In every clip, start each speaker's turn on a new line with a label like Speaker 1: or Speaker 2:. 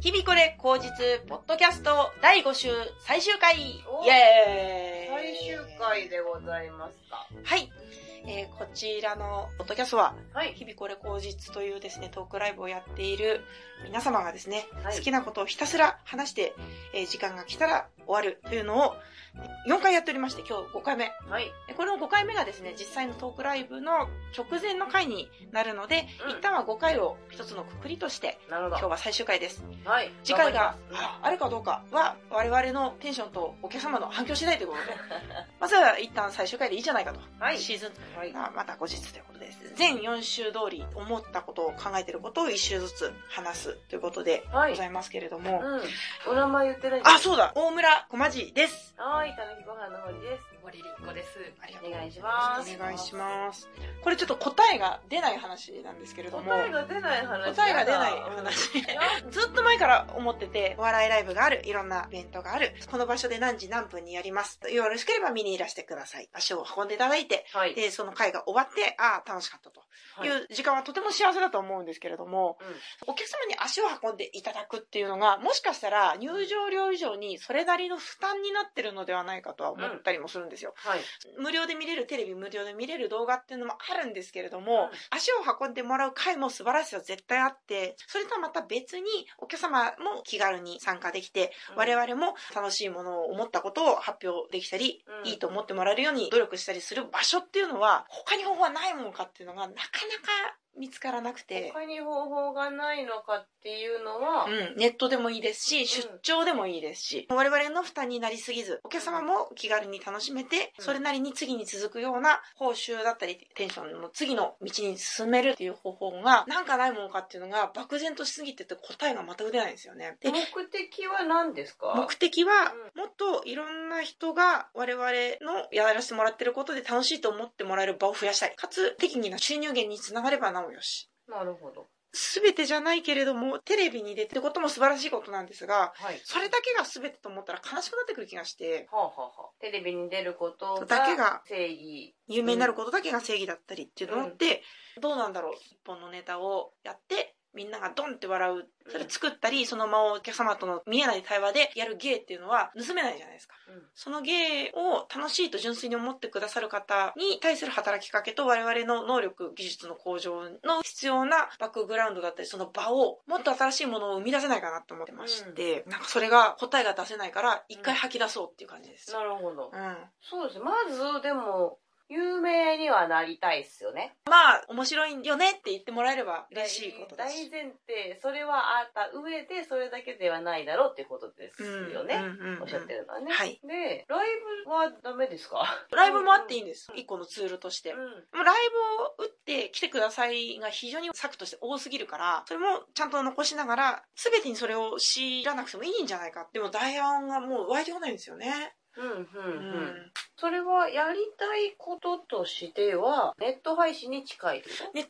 Speaker 1: 日々これ口実ポッドキャスト第5週最終回イ
Speaker 2: お
Speaker 1: エー
Speaker 2: 最
Speaker 1: イ
Speaker 2: 終回でございますか。
Speaker 1: はい、えーこちらのポッドキャストは
Speaker 2: はい。
Speaker 1: 日々これ口実というですね、トークライブをやっている皆様がですね、
Speaker 2: はい
Speaker 1: 好きなことをひたすら話して、えー時間が来たら終わるというのを4回やっておりまして、今日5回目。
Speaker 2: はい。
Speaker 1: でこの5回目がですね、実際のトークライブの直前の回になるので、
Speaker 2: うん
Speaker 1: 一旦は5回を一つのくくりとして、
Speaker 2: なる
Speaker 1: 今
Speaker 2: ほ
Speaker 1: 日
Speaker 2: ど。
Speaker 1: は最終回です。
Speaker 2: はい。
Speaker 1: 次回が
Speaker 2: 頑張ります
Speaker 1: ああるかどうかは、我々のテンションとお客様の反響次第という ことで、まずは一旦最終回でいいじゃないかと。
Speaker 2: はい
Speaker 1: シーズン
Speaker 2: うんはい。
Speaker 1: まあまた後日ということです。全4週通り思ったことを考えてることを1週ずつ話すということで
Speaker 2: は
Speaker 1: ご
Speaker 2: い
Speaker 1: ざ。いますけれども。
Speaker 2: うん。お名前言ってないん
Speaker 1: あ、そうだ大村小町です。
Speaker 2: はい。たぬきご飯の方です。
Speaker 3: 森林子です。
Speaker 1: ありがとう
Speaker 2: お願いし
Speaker 1: ござい
Speaker 2: ま
Speaker 1: ます
Speaker 2: す。
Speaker 1: お願いします。これちょっと答えが出ない話なんですけれども。
Speaker 2: 答えが出ない話。
Speaker 1: 答えが出ない話。ずっと前から思ってて、お笑いライブがある、いろんなイベントがある、この場所で何時何分にやります。よろしければ見にいらしてください。足を運んでいただいて、
Speaker 2: はい。
Speaker 1: で、その会が終わって、ああ、楽しかったと
Speaker 2: はい
Speaker 1: いう時間はとても幸せだと思うんですけれども、お客様に足を運んでいただくっていうのが、もしかしたら入場料以上にそれなりの負担になってるのではないかとは思ったりもするんですよ。
Speaker 2: はい。
Speaker 1: 無料で見れるテレビ、無料で見れる動画っていうのもあるんですけれども、足を運んでもらう回も素晴らしさ絶対あって、それとはまた別にお客様も気軽に参加できて、我々も楽しいものを思ったことを発表できたり、
Speaker 2: うん
Speaker 1: いいと思ってもらえるように努力したりする場所っていうのは、他に方法はないものかっていうのがなかなか見つからなくて、
Speaker 2: 他に方法がないのかっていうのは、
Speaker 1: うん、ネットでもいいですし、出張でもいいですし、我々の負担になりすぎず、お客様も気軽に楽しめて、
Speaker 2: うん
Speaker 1: それなりに次に続くような報酬だったり、テンションの次の道に進めるっていう方法が、なんかないものかっていうのが、漠然としすぎてて答えがまた出ないんですよね。で
Speaker 2: 目的は何ですか
Speaker 1: 目的は、もっといろんな人が我々のやらせてもらってることで楽しいと思ってもらえる場を増やしたい。かつ、適宜な収入源につながればなおよし。
Speaker 2: なるほど。
Speaker 1: すべてじゃないけれども、テレビに出てることも素晴らしいことなんですが、
Speaker 2: はい。
Speaker 1: それだけが全てと思ったら悲しくなってくる気がして、
Speaker 2: はあ、はあはあ、テレビに出ること
Speaker 1: だけが
Speaker 2: 正義。
Speaker 1: 有名になることだけが正義だったりっていうのって、どうなんだろう。一本のネタをやって、みんながドンって笑う。それ作ったり、その間をお客様との見えない対話でやる芸っていうのは盗めないじゃないですか。
Speaker 2: うん
Speaker 1: その芸を楽しいと純粋に思ってくださる方に対する働きかけと我々の能力、技術の向上の必要なバックグラウンドだったり、その場をもっと新しいものを生み出せないかなと思ってまして、なんかそれが答えが出せないから、一回吐き出そうっていう感じです。
Speaker 2: なるほど。
Speaker 1: うん。
Speaker 2: そうですね。まず、でも、有名にはなりたいっすよね。
Speaker 1: まあ、面白いよねって言ってもらえれば嬉しいことだ
Speaker 2: 大
Speaker 1: し。
Speaker 2: 前提、それはあった上で、それだけではないだろうっていうことですよね。
Speaker 1: うんうんうん
Speaker 2: おっしゃってるのはね。
Speaker 1: はい
Speaker 2: で、ライブはダメですか
Speaker 1: ライブもあっていいんです。
Speaker 2: うん
Speaker 1: 一個のツールとして。
Speaker 2: う
Speaker 1: も
Speaker 2: ん。
Speaker 1: うライブを打って来てくださいが非常に策として多すぎるから、それもちゃんと残しながら、すべてにそれを知らなくてもいいんじゃないか。でも、大案がもう湧いてこないんですよね。
Speaker 2: うん、う、
Speaker 1: うん
Speaker 2: うん。。それはやりたいこととしては、ネット配信に近いですね。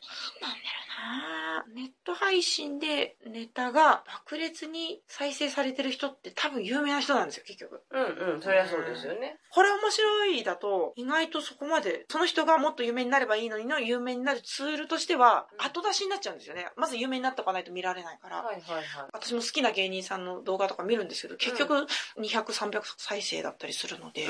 Speaker 1: あーネット配信でネタが爆裂に再生されてる人って多分有名な人なんですよ、結局。
Speaker 2: うん、うん。そりゃそうですよね。
Speaker 1: これ面白いだと、意外とそこまで、その人がもっと有名になればいいのにの有名になるツールとしては、
Speaker 2: うん
Speaker 1: 後出しになっちゃうんですよね。まず有名になっておかないと見られないから。
Speaker 2: はい、はい、はい。
Speaker 1: 私も好きな芸人さんの動画とか見るんですけど、結局200、300再生だったりするので、
Speaker 2: うん、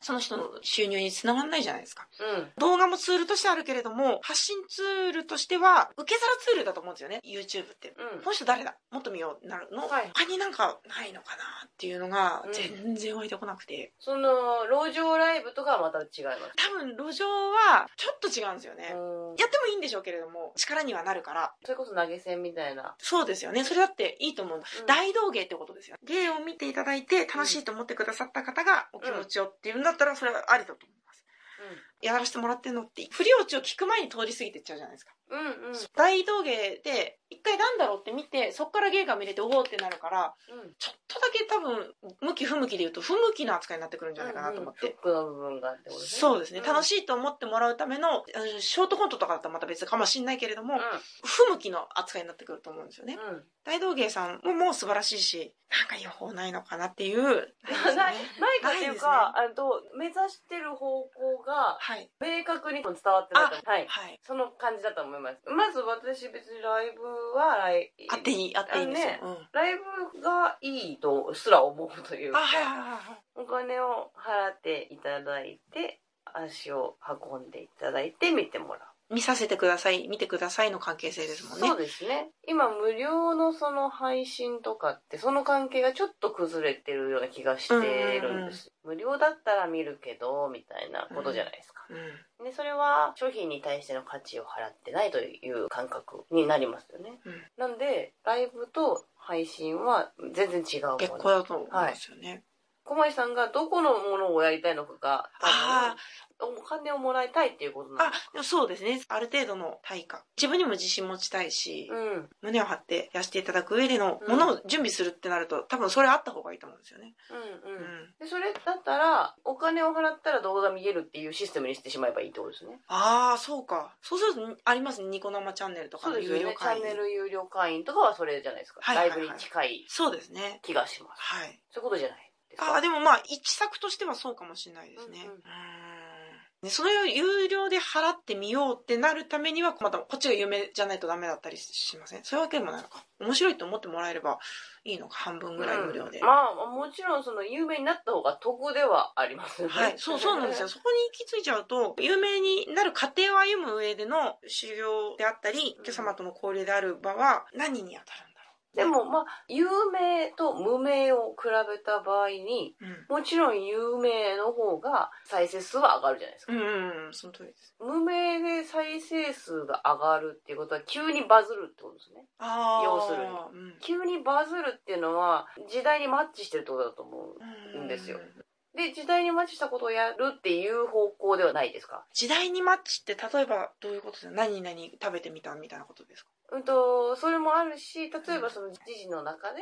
Speaker 1: その人の収入につながんないじゃないですか。
Speaker 2: うん。
Speaker 1: 動画もツールとしてあるけれども、発信ツールとしては、受け皿ツールだと思うんですよね、YouTube って。
Speaker 2: うん
Speaker 1: この人誰だもっと見ようになるの、
Speaker 2: はい
Speaker 1: 他になんかないのかなっていうのが
Speaker 2: うん
Speaker 1: 全然湧いてこなくて。
Speaker 2: その、路上ライブとかはまた違います。
Speaker 1: 多分路上はちょっと違うんですよね。
Speaker 2: うん
Speaker 1: やってもいいんでしょうけれども、力にはなるから。
Speaker 2: それこそ投げ銭みたいな。
Speaker 1: そうですよね。それだっていいと思う。
Speaker 2: うん
Speaker 1: 大道芸ってことですよ。芸を見ていただいて楽しいと思ってくださった方がお気持ちをっていうんだったらそれはありだと思います。やらせてもらってるのって、振り落ちを聞く前に通り過ぎてっちゃうじゃないですか。
Speaker 2: うん、うん、うん。
Speaker 1: 大道芸で一回なんだろうって見て、そっから芸が見れておおってなるから、
Speaker 2: うん
Speaker 1: ちょっとだけ多分、向き不向きで言うと不向きな扱いになってくるんじゃないかなと思って。
Speaker 2: うんうんフックの部分がってことですね。
Speaker 1: そうですね、
Speaker 2: うん
Speaker 1: 楽しいと思ってもらうためのあのショートコントとかだったらまた別かもしれないけれども、
Speaker 2: う
Speaker 1: 不向きの扱いになってくると思うんですよね
Speaker 2: ん。
Speaker 1: 大道芸さんももう素晴らしいし、なんか予報ないのかなっていう。ないですね
Speaker 2: ないないかっていうか、あの目指してる方向が
Speaker 1: はい。
Speaker 2: 明確に伝わってないと思うはい
Speaker 1: はい。
Speaker 2: その感じだと思いますまず私別にライブは来
Speaker 1: あっていい、あっていいんですよ。
Speaker 2: ね
Speaker 1: うん。
Speaker 2: ライブがいいとすら思うとい
Speaker 1: あ、
Speaker 2: うか
Speaker 1: はいはいはいはい。
Speaker 2: お金を払っていただいて足を運んでいただいて見てもらう
Speaker 1: 見させてください、見てくださいの関係性ですもんね
Speaker 2: そう。ですね今無料のその配信とかってその関係がちょっと崩れてるような気がしてるんです、無料だったら見るけどみたいなことじゃないですか、
Speaker 1: うん。
Speaker 2: でそれは商品に対しての価値を払ってないという感覚になりますよね、
Speaker 1: うん
Speaker 2: なんでライブと配信は全然違うも
Speaker 1: 結
Speaker 2: の
Speaker 1: 構だと思うんですよね。
Speaker 2: 小森さんがどこのものをやりたいのかが
Speaker 1: あ
Speaker 2: 多分お金をもらいたいっていうことなん
Speaker 1: あ
Speaker 2: です、
Speaker 1: でもそうですね。ある程度の対価。自分にも自信持ちたいし、
Speaker 2: うん
Speaker 1: 胸を張ってやらせていただく上でのものを準備するってなると、多分それあった方がいいと思うんですよね。
Speaker 2: うん
Speaker 1: う
Speaker 2: うん
Speaker 1: ん。
Speaker 2: でそれだったらお金を払ったら動画が見えるっていうシステムにしてしまえばいいってことですね
Speaker 1: ああ、そうか。そうすると、ありますね。ニコ生チャンネルとか
Speaker 2: そう
Speaker 1: の
Speaker 2: です
Speaker 1: 有
Speaker 2: よ
Speaker 1: 料
Speaker 2: ねチャ
Speaker 1: 会
Speaker 2: ン
Speaker 1: 員。
Speaker 2: ネル有料会員とかはそれじゃないですか、
Speaker 1: はいはいはい
Speaker 2: ライブに近い
Speaker 1: そうですね。
Speaker 2: 気がします
Speaker 1: はい。
Speaker 2: そういうことじゃないですか
Speaker 1: ああ、でもまあ、一作としてはそうかもしれないですね。
Speaker 2: うんうん
Speaker 1: うーんねそれを有料で払ってみようってなるためには、またこっちが有名じゃないとダメだったりしませんそういうわけでもないのか。面白いと思ってもらえればいいのか、半分ぐらい無料で。
Speaker 2: うんまあもちろんその有名になった方が得ではありますよね
Speaker 1: はい、そうそうなんですよ。そこに行き着いちゃうと、有名になる過程を歩む上での修行であったり、お客様との交流である場は何に当たるんだ
Speaker 2: でもまあ有名と無名を比べた場合に
Speaker 1: ろう。
Speaker 2: もちろん有名の方が再生数は上がるじゃないですか、
Speaker 1: うん。うんうんうん、その通りです。
Speaker 2: 無名で再生数が上がるっていうことは急にバズるってことですね
Speaker 1: ああ。
Speaker 2: 要するに
Speaker 1: に。
Speaker 2: 急にバズるっていうのは時代にマッチしてるってことだと思う
Speaker 1: うん。
Speaker 2: んですよで時代にマッチしたことをやるっていう方向ではないですか
Speaker 1: 時代にマッチって例えばどういうことですか何々食べてみたみたいなことですか
Speaker 2: うんとそれもあるし例えばその時事の中で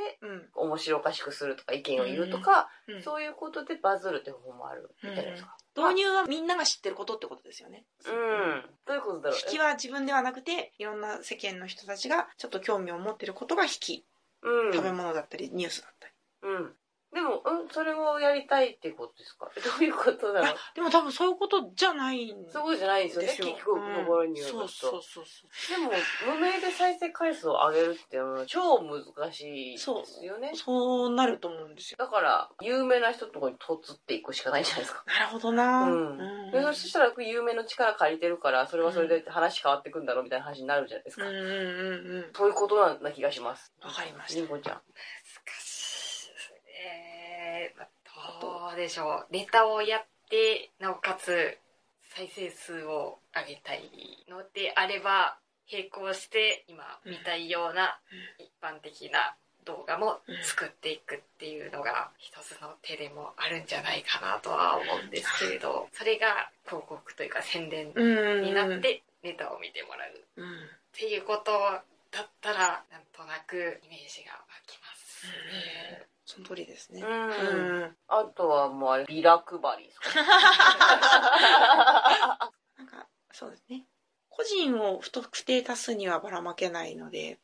Speaker 1: うん。
Speaker 2: 面白おかしくするとか意見を言うとか、
Speaker 1: うん
Speaker 2: そういうことでバズるって方法もあるみたいですか
Speaker 1: 導入はみんなが知ってることってことですよね。
Speaker 2: うん、どういうことだろう
Speaker 1: 引きは自分ではなくて、いろんな世間の人たちがちょっと興味を持ってることが引き。
Speaker 2: うん
Speaker 1: 食べ物だったり、ニュースだったり。
Speaker 2: うんでも、うん、それをやりたいっていうことですか どういうことだろ
Speaker 1: あ
Speaker 2: う、
Speaker 1: でも多分そういうことじゃないん
Speaker 2: そういうことじゃないですよね
Speaker 1: ですよ
Speaker 2: 結局のところによると、
Speaker 1: そうそうそうそ
Speaker 2: でも無名で再生回数を上げるっていうのは超難しいですよね
Speaker 1: うそうなると思うんですよ
Speaker 2: だから有名な人のところに突っていくしかないじゃないですか、
Speaker 1: なるほどな
Speaker 2: うん
Speaker 1: うん
Speaker 2: でそしたら有名の力借りてるからそれはそれで話変わってくんだろうみたいな話になるじゃないです
Speaker 1: う
Speaker 2: か、
Speaker 1: んうんうんうん
Speaker 2: そういうことなんな気がします
Speaker 1: わかりました
Speaker 2: りんこちゃん
Speaker 3: 難しいですねまあどうでしょうネタをやってなおかつ再生数を上げたいのであれば並行して今見たいような一般的な動画も作っていくっていうのが一つの手でもあるんじゃないかなとは思うんですけれどそれが広告というか宣伝
Speaker 1: うん
Speaker 3: になってネタを見てもらうっ
Speaker 1: うん
Speaker 3: ていうことだったらなんとなくイメージが湧きますね。
Speaker 1: その通りですね
Speaker 2: うん
Speaker 1: うん
Speaker 2: あとはもうあれビラ配りで すかね
Speaker 1: なんかそうですね個人を不特定多数にはばらまけないので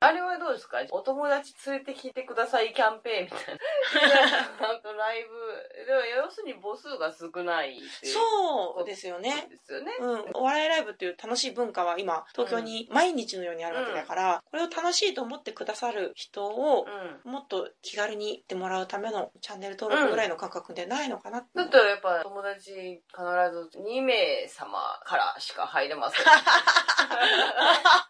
Speaker 2: あれはどうですかお友達連れてきてくださいキャンペーンみたいななんかライブでも要するに母数が少ないっていう
Speaker 1: そうですよね
Speaker 2: ですよね
Speaker 1: うん、お笑いライブっていう楽しい文化は今東京に毎日のようにあるわけだから、これを楽しいと思ってくださる人を
Speaker 2: うん
Speaker 1: もっと気軽に行ってもらうためのチャンネル登録ぐらいの感覚でないのかなって、
Speaker 2: だったらやっぱ友達必ず2名様からしか入れません。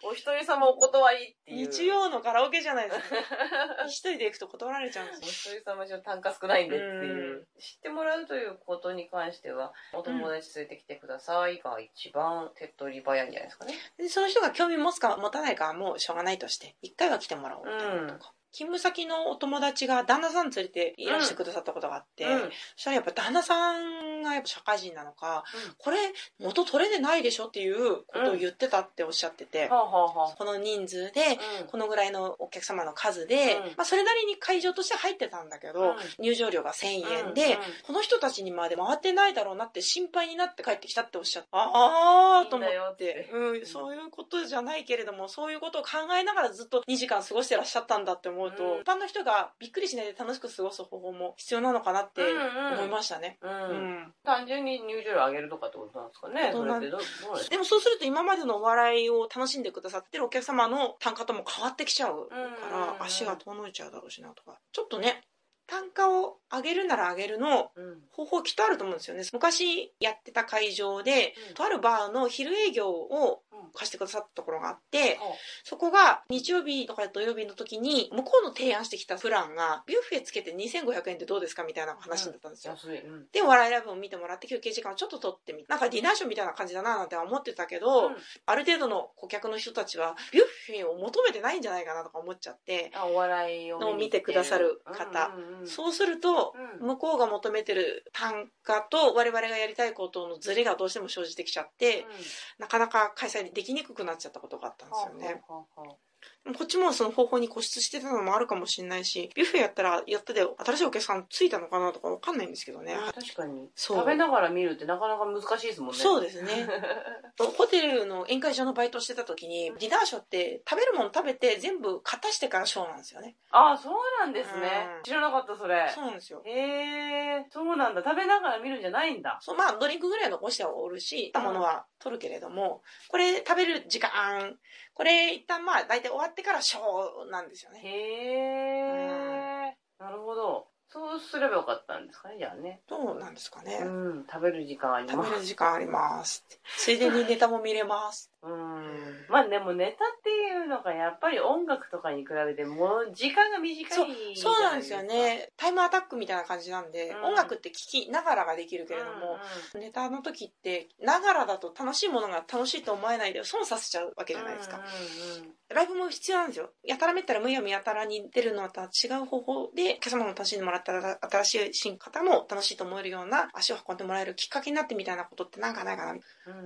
Speaker 2: お一人様お断りっていう。
Speaker 1: 日曜のカラオケじゃない ですか一人で行くと断られちゃうん
Speaker 2: お
Speaker 1: です
Speaker 2: 一人様じゃ単価少ないんでって
Speaker 1: う
Speaker 2: い
Speaker 1: ん
Speaker 2: う。知ってもらうということに関しては、お友達連れてきてくださいが一番手っ取り早いんじゃないですかね。
Speaker 1: よでその人が興味持つか持たないかはもうしょうがないとして一回は来てもらおうみたいなとか、勤務先のお友達が旦那さん連れていらしてくださったことがあって、
Speaker 2: うん
Speaker 1: そしたらやっぱ旦那さんがやっぱ社会人なのか、これ元取れてないでしょっていうことを言ってたっておっしゃってて、
Speaker 2: はあはあはあ
Speaker 1: この人数で、このぐらいのお客様の数で、
Speaker 2: うん
Speaker 1: まあ、それなりに会場として入ってたんだけど、入場料が1000円で、
Speaker 2: うんうん
Speaker 1: この人たちにまで回ってないだろうなって心配になって帰ってきたっておっしゃってああと思
Speaker 2: いいんだよ
Speaker 1: っ
Speaker 2: ってて
Speaker 1: うん、そういうことじゃないけれどもそういうことを考えながらずっと2時間過ごしてらっしゃったんだって思うと、
Speaker 2: うん
Speaker 1: 一般の人がびっくりしないで楽しく過ごす方法も必要なのかなって思いましたね。
Speaker 2: うんうん
Speaker 1: う
Speaker 2: うん
Speaker 1: ん
Speaker 2: 単純に入場料上げるとかってことなんですかね
Speaker 1: そ
Speaker 2: そうれ
Speaker 1: なん
Speaker 2: ってどどうなんですか
Speaker 1: でもそうすると今までのお笑いを楽しんでくださってるお客様の単価とも変わってきちゃうか
Speaker 2: うんうんう
Speaker 1: ら
Speaker 2: ん
Speaker 1: 足が遠のいちゃうだろうしなとかちょっとね単価を上げるなら上げるの
Speaker 2: うん
Speaker 1: 方法きっとあると思うんですよね昔やってた会場で、
Speaker 2: うん
Speaker 1: とあるバーの昼営業を
Speaker 2: うん
Speaker 1: 貸してくださったところがあって
Speaker 2: は
Speaker 1: そこが日曜日とか土曜日の時に向こうの提案してきたプランがビュッフェつけて2500円でどうですかみたいな話だったんですよ。
Speaker 2: 安いうん
Speaker 1: で、お笑いライブを見てもらって休憩時間をちょっと取ってみなんかディナーショーみたいな感じだななんては思ってたけど、
Speaker 2: うん
Speaker 1: ある程度の顧客の人たちはビュッフェを求めてないんじゃないかなとか思っちゃって、
Speaker 2: あお笑いを
Speaker 1: のを見てくださる方
Speaker 2: うんうんうん
Speaker 1: そうすると、
Speaker 2: うん
Speaker 1: 向こうが求めてる単価と我々がやりたいことのズレがどうしても生じてきちゃって、なかなか開催できにくくなっちゃったことがあったんですよね。
Speaker 2: はあはあはあ
Speaker 1: でもこっちもその方法に固執してたのもあるかもしれないし、ビュッフェやったらやったで新しいお客さんついたのかなとかわかんないんですけどね。
Speaker 2: 確かに
Speaker 1: そう
Speaker 2: 食べながら見るってなかなか難しいですもんね
Speaker 1: そう
Speaker 2: で
Speaker 1: です ね。ホテルの宴会場のバイトしてた時に、ディナーショーって食べるもの食べて全部片してからショーなんですよね。
Speaker 2: ああそうなんですね
Speaker 1: うん
Speaker 2: 知らなかったそれ
Speaker 1: そうなんですよ。
Speaker 2: へえそうなんだ食べながら見るんじゃないんだ
Speaker 1: そうまあ、ドリンクぐらい残してはおるし、たものは取るけれども、これ食べる時間、これ一旦まあ、大体終わってからショーなんですよね。
Speaker 2: へえなるほどそうすればよかったんですかねじゃあね
Speaker 1: どうなんですかね。
Speaker 2: うん食べる時間ありま
Speaker 1: 食
Speaker 2: す
Speaker 1: べる時間ありますって。ついでにネタも見れます。
Speaker 2: うんまあでもネタっていうのがやっぱり音楽とかに比べてもう時間が短い
Speaker 1: そうなんですよね。タイムアタックみたいな感じなんで、
Speaker 2: うん
Speaker 1: 音楽って聴きながらができるけ
Speaker 2: け
Speaker 1: れども、ネタの時ってながらだと楽しいものが楽しいと思えないで損させちゃうわけじゃないですか、ライブも必要なんですよやたらめったらむやみやたらに出るのとは違う方法でお客様も楽しんでもらったら新しい新方も楽しいと思えるような足を運んでもらえるきっかけになってみたいなことってなんかないかな感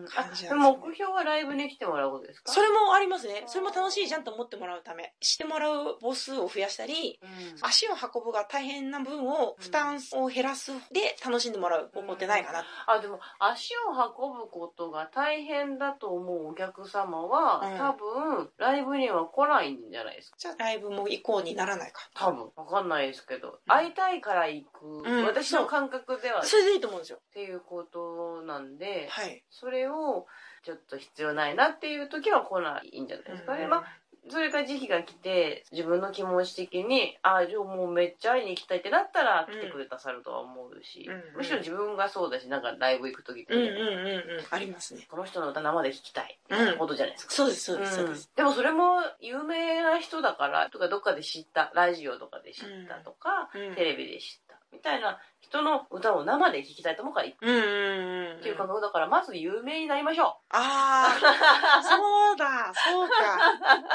Speaker 1: じなんですね
Speaker 2: あ目標はライブに来てもらうことですか
Speaker 1: それもありますねそれも楽しいじゃんと思ってもらうためしてもらう母数を増やしたり
Speaker 2: うん
Speaker 1: 足を運ぶが大変な分を負担を減らすで楽しんでもらう方法ってないかな、
Speaker 2: あでも足を運ぶことが大変だと思うお客様は、
Speaker 1: うん
Speaker 2: 多分ライブには来ないんじゃないですか
Speaker 1: じゃあライブも以降にならないか
Speaker 2: 多分わかんないですけど会いたいから行く、
Speaker 1: うん
Speaker 2: 私の感覚ではっ
Speaker 1: それでいいと思うんですよ
Speaker 2: ていうことなんで
Speaker 1: はい
Speaker 2: それをちょっと必要ないなっていう時は来ないんじゃないですかね、まあそれが時期が来て自分の気持ち的にああじゃあもうめっちゃ会いに行きたいってなったら来てくれたさるとは思うし、
Speaker 1: うんうん
Speaker 2: むしろ自分がそうだしなんかライブ行く時って、
Speaker 1: うんうんうんうんありますね
Speaker 2: この人の歌生で聴きたい
Speaker 1: うん
Speaker 2: ってことじゃないですか。
Speaker 1: そうですそう
Speaker 2: う
Speaker 1: です、そうで
Speaker 2: ん
Speaker 1: す、
Speaker 2: でもそれも有名な人だからとかどっかで知ったラジオとかで知ったとか、
Speaker 1: うん
Speaker 2: テレビで知ったみたいな人の歌を生で聴きたいと思うから行く
Speaker 1: うんうんうん
Speaker 2: っていう感覚だからまず有名になりましょ
Speaker 1: あ あそうだそうか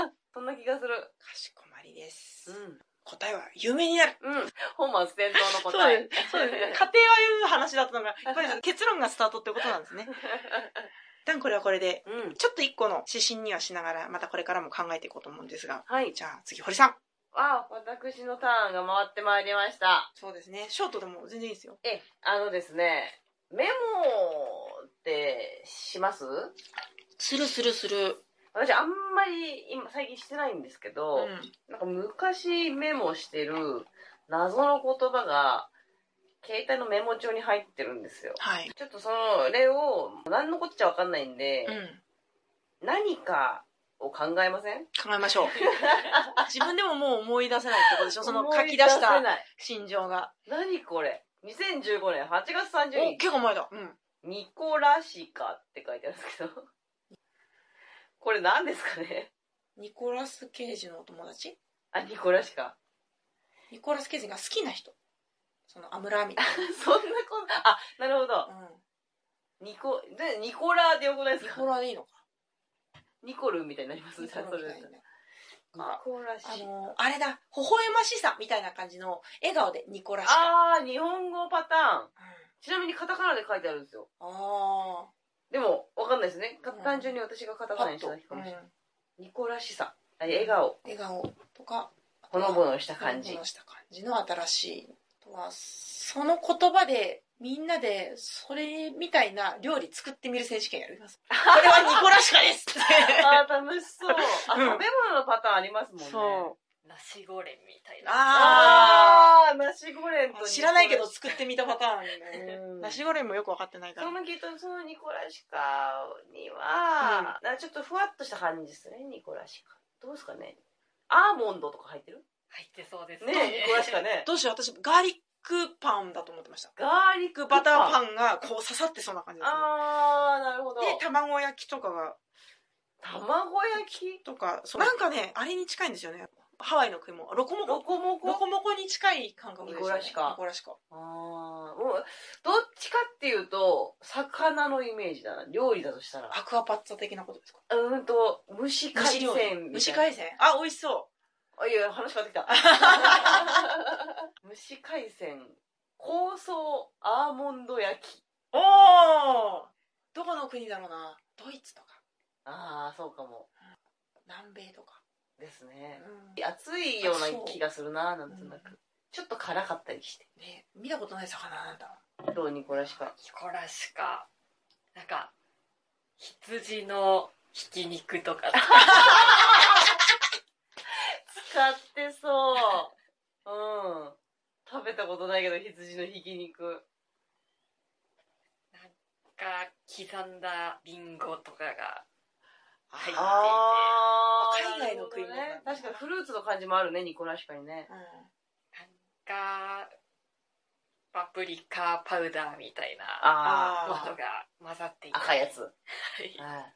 Speaker 2: うそんな気がする
Speaker 1: かしこまりです、
Speaker 2: う
Speaker 1: 答えは有名になる
Speaker 2: ん、うん、本末転倒の答え
Speaker 1: そうですね家庭はいう話だったのがやっぱり結論がスタートってことなんです ね一旦これはこれで
Speaker 2: うん
Speaker 1: ちょっと一個の指針にはしながらまたこれからも考えていこうと思うんですが
Speaker 2: はい
Speaker 1: じゃあ次堀さん
Speaker 2: あ私のターンが回ってまいりました
Speaker 1: そうですねショートでも全然いいですよ
Speaker 2: えあのですねメモってします
Speaker 1: するするする
Speaker 2: 私あんまり今最近してないんですけ
Speaker 1: う
Speaker 2: ど、
Speaker 1: ん
Speaker 2: なんか昔メモしてる謎の言葉が携帯のメモ帳に入ってるんですよ
Speaker 1: はい
Speaker 2: ちょっとそれを何のこっちゃわかんないんで
Speaker 1: う、ん
Speaker 2: 何かを考えません
Speaker 1: 考えましょう 自分でももう思い出せないってことでしょその書き出し
Speaker 2: 思い出せ
Speaker 1: た
Speaker 2: ない
Speaker 1: 心情が
Speaker 2: 何これ2015年8月30
Speaker 1: お
Speaker 2: 日
Speaker 1: 結構前だうん
Speaker 2: ニコラシカって書いてあるんですけど これ何ですかね
Speaker 1: ニコラス・ケイジのお友達
Speaker 2: あニコラシカ
Speaker 1: ニコラス・ケイジが好きな人そのアムラーみたい
Speaker 2: そんなことあなるほど
Speaker 1: な、う
Speaker 2: ニコでニコラでよくない
Speaker 1: ん、
Speaker 2: です
Speaker 1: ニ
Speaker 2: か
Speaker 1: コラでいいのか
Speaker 2: ニコルみたいになります
Speaker 1: ニ
Speaker 2: ね
Speaker 1: コラ
Speaker 2: そ
Speaker 1: み
Speaker 2: れ
Speaker 1: た
Speaker 2: だ
Speaker 1: い
Speaker 2: と
Speaker 1: な
Speaker 2: ニコラシ
Speaker 1: あのあれだ微笑ましさみたいな感じの笑顔でニコラシカ
Speaker 2: ああー日本語パターン
Speaker 1: うん
Speaker 2: ちなみにカタカナで書いてあるんですよ。
Speaker 1: あ
Speaker 2: でも、わかんないですね。か
Speaker 1: うん
Speaker 2: 単純に私がカタ
Speaker 1: あ
Speaker 2: カナにしただけかもしれない。ニコらしさ。笑顔。
Speaker 1: 笑顔とか
Speaker 2: ほのぼのした感
Speaker 1: ほのぼ
Speaker 2: じ
Speaker 1: の。した感じの新しいあとはその言葉でみんなでそれみたいな料理作ってみる選手権やりますこれはニコラシカです
Speaker 2: あー、楽しそう。あ、食
Speaker 1: う
Speaker 2: べ
Speaker 1: ん
Speaker 2: 物のパターンありますもんね。
Speaker 1: そ
Speaker 3: ナシゴレンみたい
Speaker 1: あ
Speaker 3: な。
Speaker 2: あー、ナシゴレンとニコラシ
Speaker 1: 知
Speaker 2: カ。
Speaker 1: らないけど作ってみたパターンね
Speaker 2: うん
Speaker 1: ナシゴレンもよく分かってないから
Speaker 2: そのきっとそのニコラシカには、なちょっとふわっとした感じですねニコラシカどうですかねアーモンドとか入ってる
Speaker 3: 入ってそうです
Speaker 2: ねニコラシカね
Speaker 1: どうしよう私ガーリックパンだと思ってました
Speaker 2: ガーリッ
Speaker 1: ガーリッ
Speaker 2: ク
Speaker 1: クバター
Speaker 2: ン
Speaker 1: パンがこう刺さってそうな感じです
Speaker 2: あーなるほど
Speaker 1: ねで卵焼きとかが
Speaker 2: 卵焼き
Speaker 1: とかそうなんかねあれに近いんですよねハワイの食い物ロコモコ
Speaker 2: ロコモコ
Speaker 1: ロコモコに近い感覚ですよね
Speaker 2: ニコラシカ
Speaker 1: ニコラシカ
Speaker 2: あーもうどっちかっていうと魚のイメージだな料理だとしたら
Speaker 1: アクアパッツァ的なことですか
Speaker 2: うーんと虫海鮮みたいな
Speaker 1: 虫海鮮あ美味しそ
Speaker 2: あいや話変わってき た虫海鮮香草アーモンド焼き
Speaker 1: うおおどこの国だろうなドイツとか
Speaker 2: ああそうかも
Speaker 1: 南米とか、
Speaker 2: です
Speaker 1: う
Speaker 2: ね
Speaker 1: ん
Speaker 2: 暑いような
Speaker 1: あそう
Speaker 2: 気がするななんとなく、
Speaker 1: う
Speaker 2: ちょっと辛かったりして
Speaker 1: ね、見たことない魚なんだ
Speaker 2: どうにこらしか
Speaker 3: ニコラシカ。なんか、羊のひき肉とか。
Speaker 2: 使ってそううん食べたことないけど羊のひき肉
Speaker 3: が刻んだリンゴとかが入っていて
Speaker 2: あ
Speaker 1: 海外の食い物なんだ
Speaker 2: ね確かにフルーツの感じもあるねニコラシカにね
Speaker 1: うん
Speaker 3: なんかパプリカパウダーみたいな
Speaker 2: あ
Speaker 1: ー
Speaker 3: ものが混ざってい
Speaker 2: あ
Speaker 3: て
Speaker 2: 赤いやつ、
Speaker 3: はい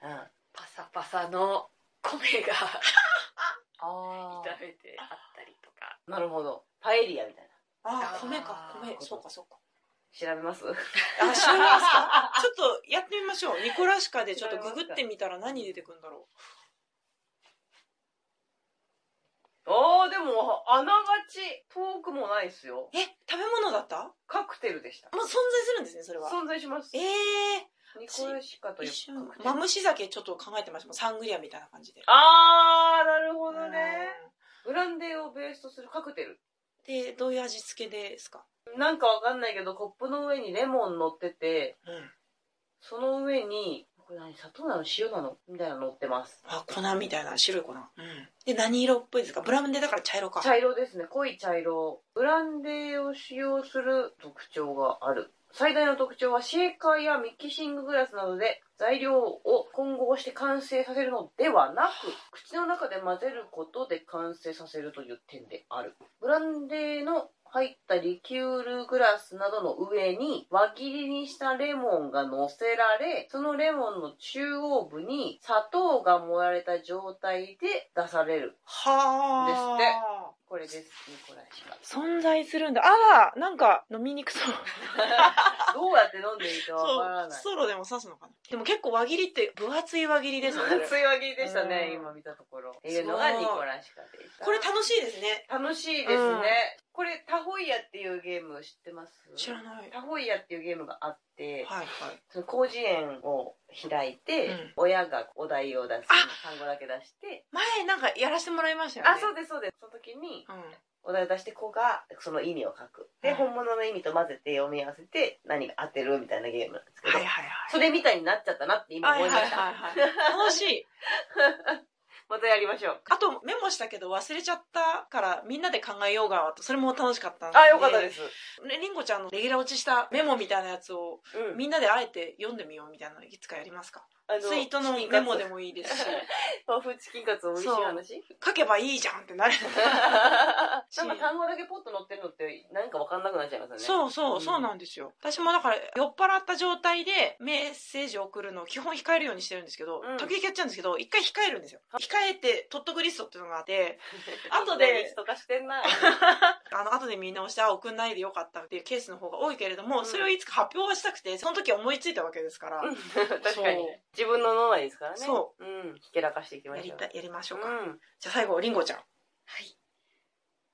Speaker 2: うんうん
Speaker 3: パサパサの米が
Speaker 2: あ
Speaker 3: 炒めてあったりとか
Speaker 2: あなるほどパエリアみたいな
Speaker 1: あー
Speaker 3: あー
Speaker 1: 米か米
Speaker 2: こと
Speaker 1: そうかそうか
Speaker 2: 調べます
Speaker 1: あ 知らないですかちょっとやってみましょうニコラシカでちょっとググってみたら何出てくるんだろ
Speaker 2: ああでもあながち遠くもないですよ
Speaker 1: うえ食べ物だった
Speaker 2: カクテルでした
Speaker 1: もう存在するんですねそれは
Speaker 2: 存在します
Speaker 1: ええ
Speaker 2: ニコラシカと
Speaker 1: ー、
Speaker 2: いう
Speaker 1: 一瞬
Speaker 2: カクテル
Speaker 1: マムシ酒ちょっと考えてましたもんサングリアみたいな感じで
Speaker 2: ああなるほどねブランデーをベースとするカクテ
Speaker 1: う
Speaker 2: ル
Speaker 1: んでどういう味付けですか
Speaker 2: なんかわかんないけどコップの上にレモン乗ってて
Speaker 1: うん
Speaker 2: その上にこれ何砂糖なの塩なのみたいなの乗ってます
Speaker 1: あ粉みたいな白い粉うんで何色っぽいですかブラウンでだから茶色か
Speaker 2: 茶色ですね濃い茶色ブランデーを使用する特徴がある最大の特徴はシェーカーやミキシンググラスなどで材料を混合して完成させるのではなく口の中で混ぜることで完成させるという点であるブランデーの入ったリキュールグラスなどの上に輪切りにしたレモンが乗せられそのレモンの中央部に砂糖が盛られた状態で出される
Speaker 1: は
Speaker 2: です
Speaker 1: あ
Speaker 2: これですニコライシカ
Speaker 1: 存在するんだあらなんか飲みにく そう
Speaker 2: どうやって飲んでいいかわ
Speaker 1: そ
Speaker 2: から
Speaker 1: う
Speaker 2: ない。
Speaker 1: ソロでも刺すのかなでも結構輪切りって分厚い輪切りですよね
Speaker 2: 強気でした
Speaker 1: う
Speaker 2: ね、
Speaker 1: ん
Speaker 2: 今見たところ。っていうのがニコラシカでした。
Speaker 1: これ楽しいですね
Speaker 2: 楽しいですね。
Speaker 1: うん
Speaker 2: これタホイヤっていうゲーム知ってます
Speaker 1: 知らない
Speaker 2: タホイヤっていうゲームがあって、
Speaker 1: はいはい
Speaker 2: その広辞苑を開いて、
Speaker 1: うん
Speaker 2: 親がお題を出す
Speaker 1: あ
Speaker 2: 単語だけ出して、
Speaker 1: 前なんかやらせてもらいましたよね
Speaker 2: あ、そうです、そうです。その時に、
Speaker 1: うん、
Speaker 2: お題を出して子がその意味を書く。で、
Speaker 1: うん
Speaker 2: 本物の意味と混ぜて読み合わせて何が当てるみたいなゲームなんですけど、
Speaker 1: はいはいはい
Speaker 2: それみたいになっちゃったなって今
Speaker 1: はい
Speaker 2: 思
Speaker 1: はいい
Speaker 2: ま
Speaker 1: は
Speaker 2: した。
Speaker 1: いはい楽しい
Speaker 2: またやりましょう。
Speaker 1: あとメモしたけど忘れちゃったからみんなで考えようがそれも楽しかったん
Speaker 2: あ、よかったですす。
Speaker 1: ねりんごちゃんのレギュラー落ちしたメモみたいなやつを
Speaker 2: うん。
Speaker 1: みんなであえて読んでみようみたいなのいつかやりますか
Speaker 2: あの
Speaker 1: ツイートのメモで
Speaker 2: も。
Speaker 1: もいい ですし
Speaker 2: 豆腐チキンカツ美味しい話
Speaker 1: 書けばいいじゃんってなる
Speaker 2: なんか単語だけポッと載ってるのってなんかわかんなくなっちゃいますよ
Speaker 1: そ
Speaker 2: ね。う。
Speaker 1: うそう、
Speaker 2: ん
Speaker 1: そうなんですよ私もだから酔っ払った状態でメッセージを送るのを基本控えるようにしてるんですけど、
Speaker 2: うん
Speaker 1: 時々やっちゃうんですけど一回控えるんですよ控えて取っとくリストっていうのがあ って後
Speaker 2: リ
Speaker 1: で
Speaker 2: スト化して んな。
Speaker 1: あの後で見直してあ送んないでよかったっていうケースの方が多いけれども、
Speaker 2: うん
Speaker 1: それをいつか発表はしたくてその時思いついたわけですから、
Speaker 2: 確かに
Speaker 1: そ。
Speaker 2: 自分の脳内ですからね。。
Speaker 1: そう
Speaker 2: うん。ひけらかしていきま
Speaker 1: や
Speaker 2: し
Speaker 1: り
Speaker 2: ょう。
Speaker 1: たやりましょうか、
Speaker 2: うん。
Speaker 1: じゃあ最後りんごちゃん
Speaker 3: はい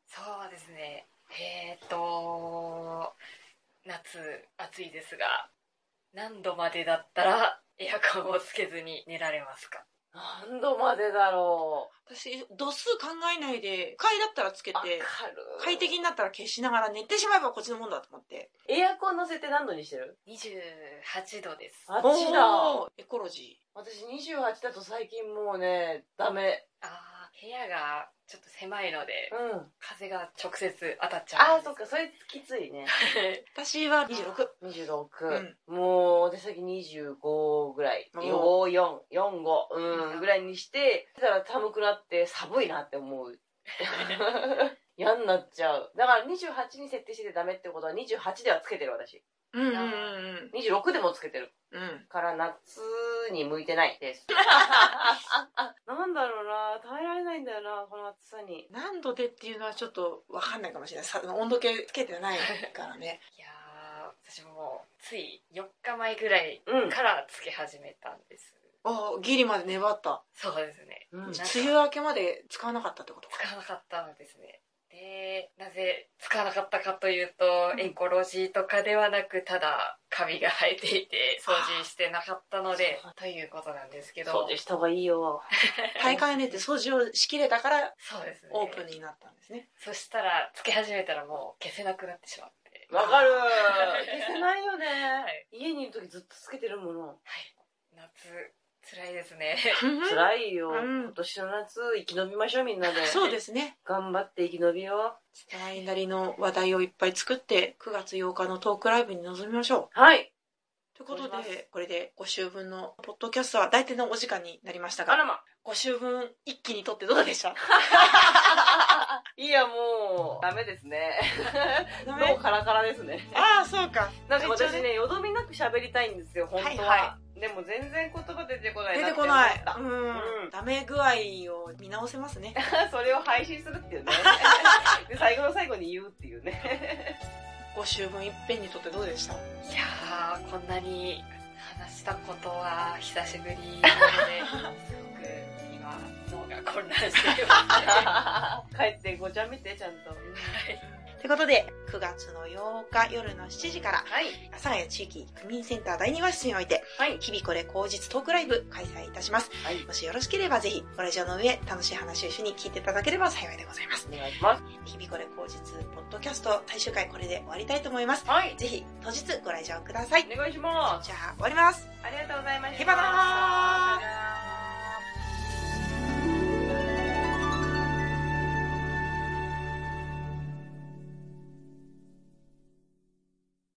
Speaker 3: そうですねえっ、と夏暑いですが何度までだったらエアコンをつけずに寝られますか
Speaker 2: 何度までだろう
Speaker 1: 私度数考えないで不快だったらつけて
Speaker 2: わかる
Speaker 1: 快適になったら消しながら寝てしまえばこっちのもんだと思って
Speaker 2: エアコン乗せて何度にしてる
Speaker 3: 28度です
Speaker 2: あっちだ
Speaker 1: おーエコロジ
Speaker 2: 私28だと最近もうねダメ
Speaker 3: あー部屋がちょっと狭いので
Speaker 2: うん
Speaker 3: 風が直接当たっちゃ
Speaker 2: あ
Speaker 3: う
Speaker 2: ーそっかそれきついね
Speaker 1: ー私は26
Speaker 2: 26、もう私先25ぐらい
Speaker 1: お
Speaker 2: 5445うんぐらいにしてしたら寒くなって寒いなって思う 嫌になっちゃうだから28に設定してダメってことは28ではつけてる私
Speaker 1: うんうんうん
Speaker 2: 26でもつけてる
Speaker 1: うんうん
Speaker 2: から夏に向いてないです なんだろうな耐えられないんだよなこの暑さに
Speaker 1: 何度でっていうのはちょっと分かんないかもしれないさ温度計つけてないから ね
Speaker 3: いやー私もつい4日前ぐらい
Speaker 2: うん
Speaker 3: からつけ始めたんです
Speaker 1: あーギリまで粘った
Speaker 3: そうですね
Speaker 2: うん
Speaker 3: なんか
Speaker 1: 梅雨明けまで使わなかったってことか
Speaker 3: 使わなかったのですねでなぜ使わなかったかというと、
Speaker 1: うん
Speaker 3: エコロジーとかではなくただカビが生えていて掃除してなかったので
Speaker 2: あ
Speaker 3: ということなんですけど
Speaker 2: 掃除した方がいいよ
Speaker 1: 大会に出て掃除をしきれたから
Speaker 3: そうですね
Speaker 1: オープンになったんですね
Speaker 3: そしたらつけ始めたらもう消せなくなってしまって
Speaker 2: わかる 消せないよね、
Speaker 3: い
Speaker 2: 家にいる時ずっとつけてるもの
Speaker 3: はい夏辛いですね
Speaker 1: 辛い
Speaker 2: 辛いよ、
Speaker 1: うん
Speaker 2: 今年の夏生き延びましょうみんなで
Speaker 1: そうですね
Speaker 2: 頑張って生き延びよう
Speaker 1: スターインなりの話題をいっぱい作って9月8日のトークライブに臨みましょう
Speaker 2: はい
Speaker 1: ということ
Speaker 2: 思います
Speaker 1: でこれで5週分のポッドキャストは大体のお時間になりました
Speaker 2: あ
Speaker 1: が
Speaker 2: らま
Speaker 1: 5週分一気に撮ってどうでした
Speaker 2: いやもうダメですね
Speaker 1: ダ
Speaker 2: も
Speaker 1: メ
Speaker 2: うカラカラですね
Speaker 1: ああそうか
Speaker 2: なんか私
Speaker 1: 体調
Speaker 2: ねよどみなく喋りたいんですよ本当は、
Speaker 1: はいは
Speaker 2: でも全然言葉出てこない
Speaker 1: 出
Speaker 2: なってて思
Speaker 1: こ
Speaker 2: っ
Speaker 1: ない
Speaker 2: た
Speaker 1: うん、
Speaker 2: うん
Speaker 1: ダメ具合を見直せますね
Speaker 2: それを配信する っていうねで最後の最後に言うっていうね
Speaker 1: 5週分いっぺんに撮ってどうでした
Speaker 3: いやーこんなに話したことは久しぶりなのですごく今脳が混乱して いますは
Speaker 2: 帰ってごちゃ見てちゃんと
Speaker 3: い
Speaker 1: ということで9月の8日夜の7時から
Speaker 2: はい
Speaker 1: 阿佐ヶ谷地域区民センター第2和室において
Speaker 2: はい
Speaker 1: 日々これ口実トークライブ開催いたします
Speaker 2: はい
Speaker 1: もしよろしければぜひご来場の上楽しい話を一緒に聞いていただければ幸いでございます
Speaker 2: お願いします
Speaker 1: 日々これ口実ポッドキャスト最終回これで終わりたいと思います
Speaker 2: はい
Speaker 1: ぜひ当日ご来場ください
Speaker 2: お願いします
Speaker 1: じゃあ終わります
Speaker 2: ありがとうございました
Speaker 1: ヘバダー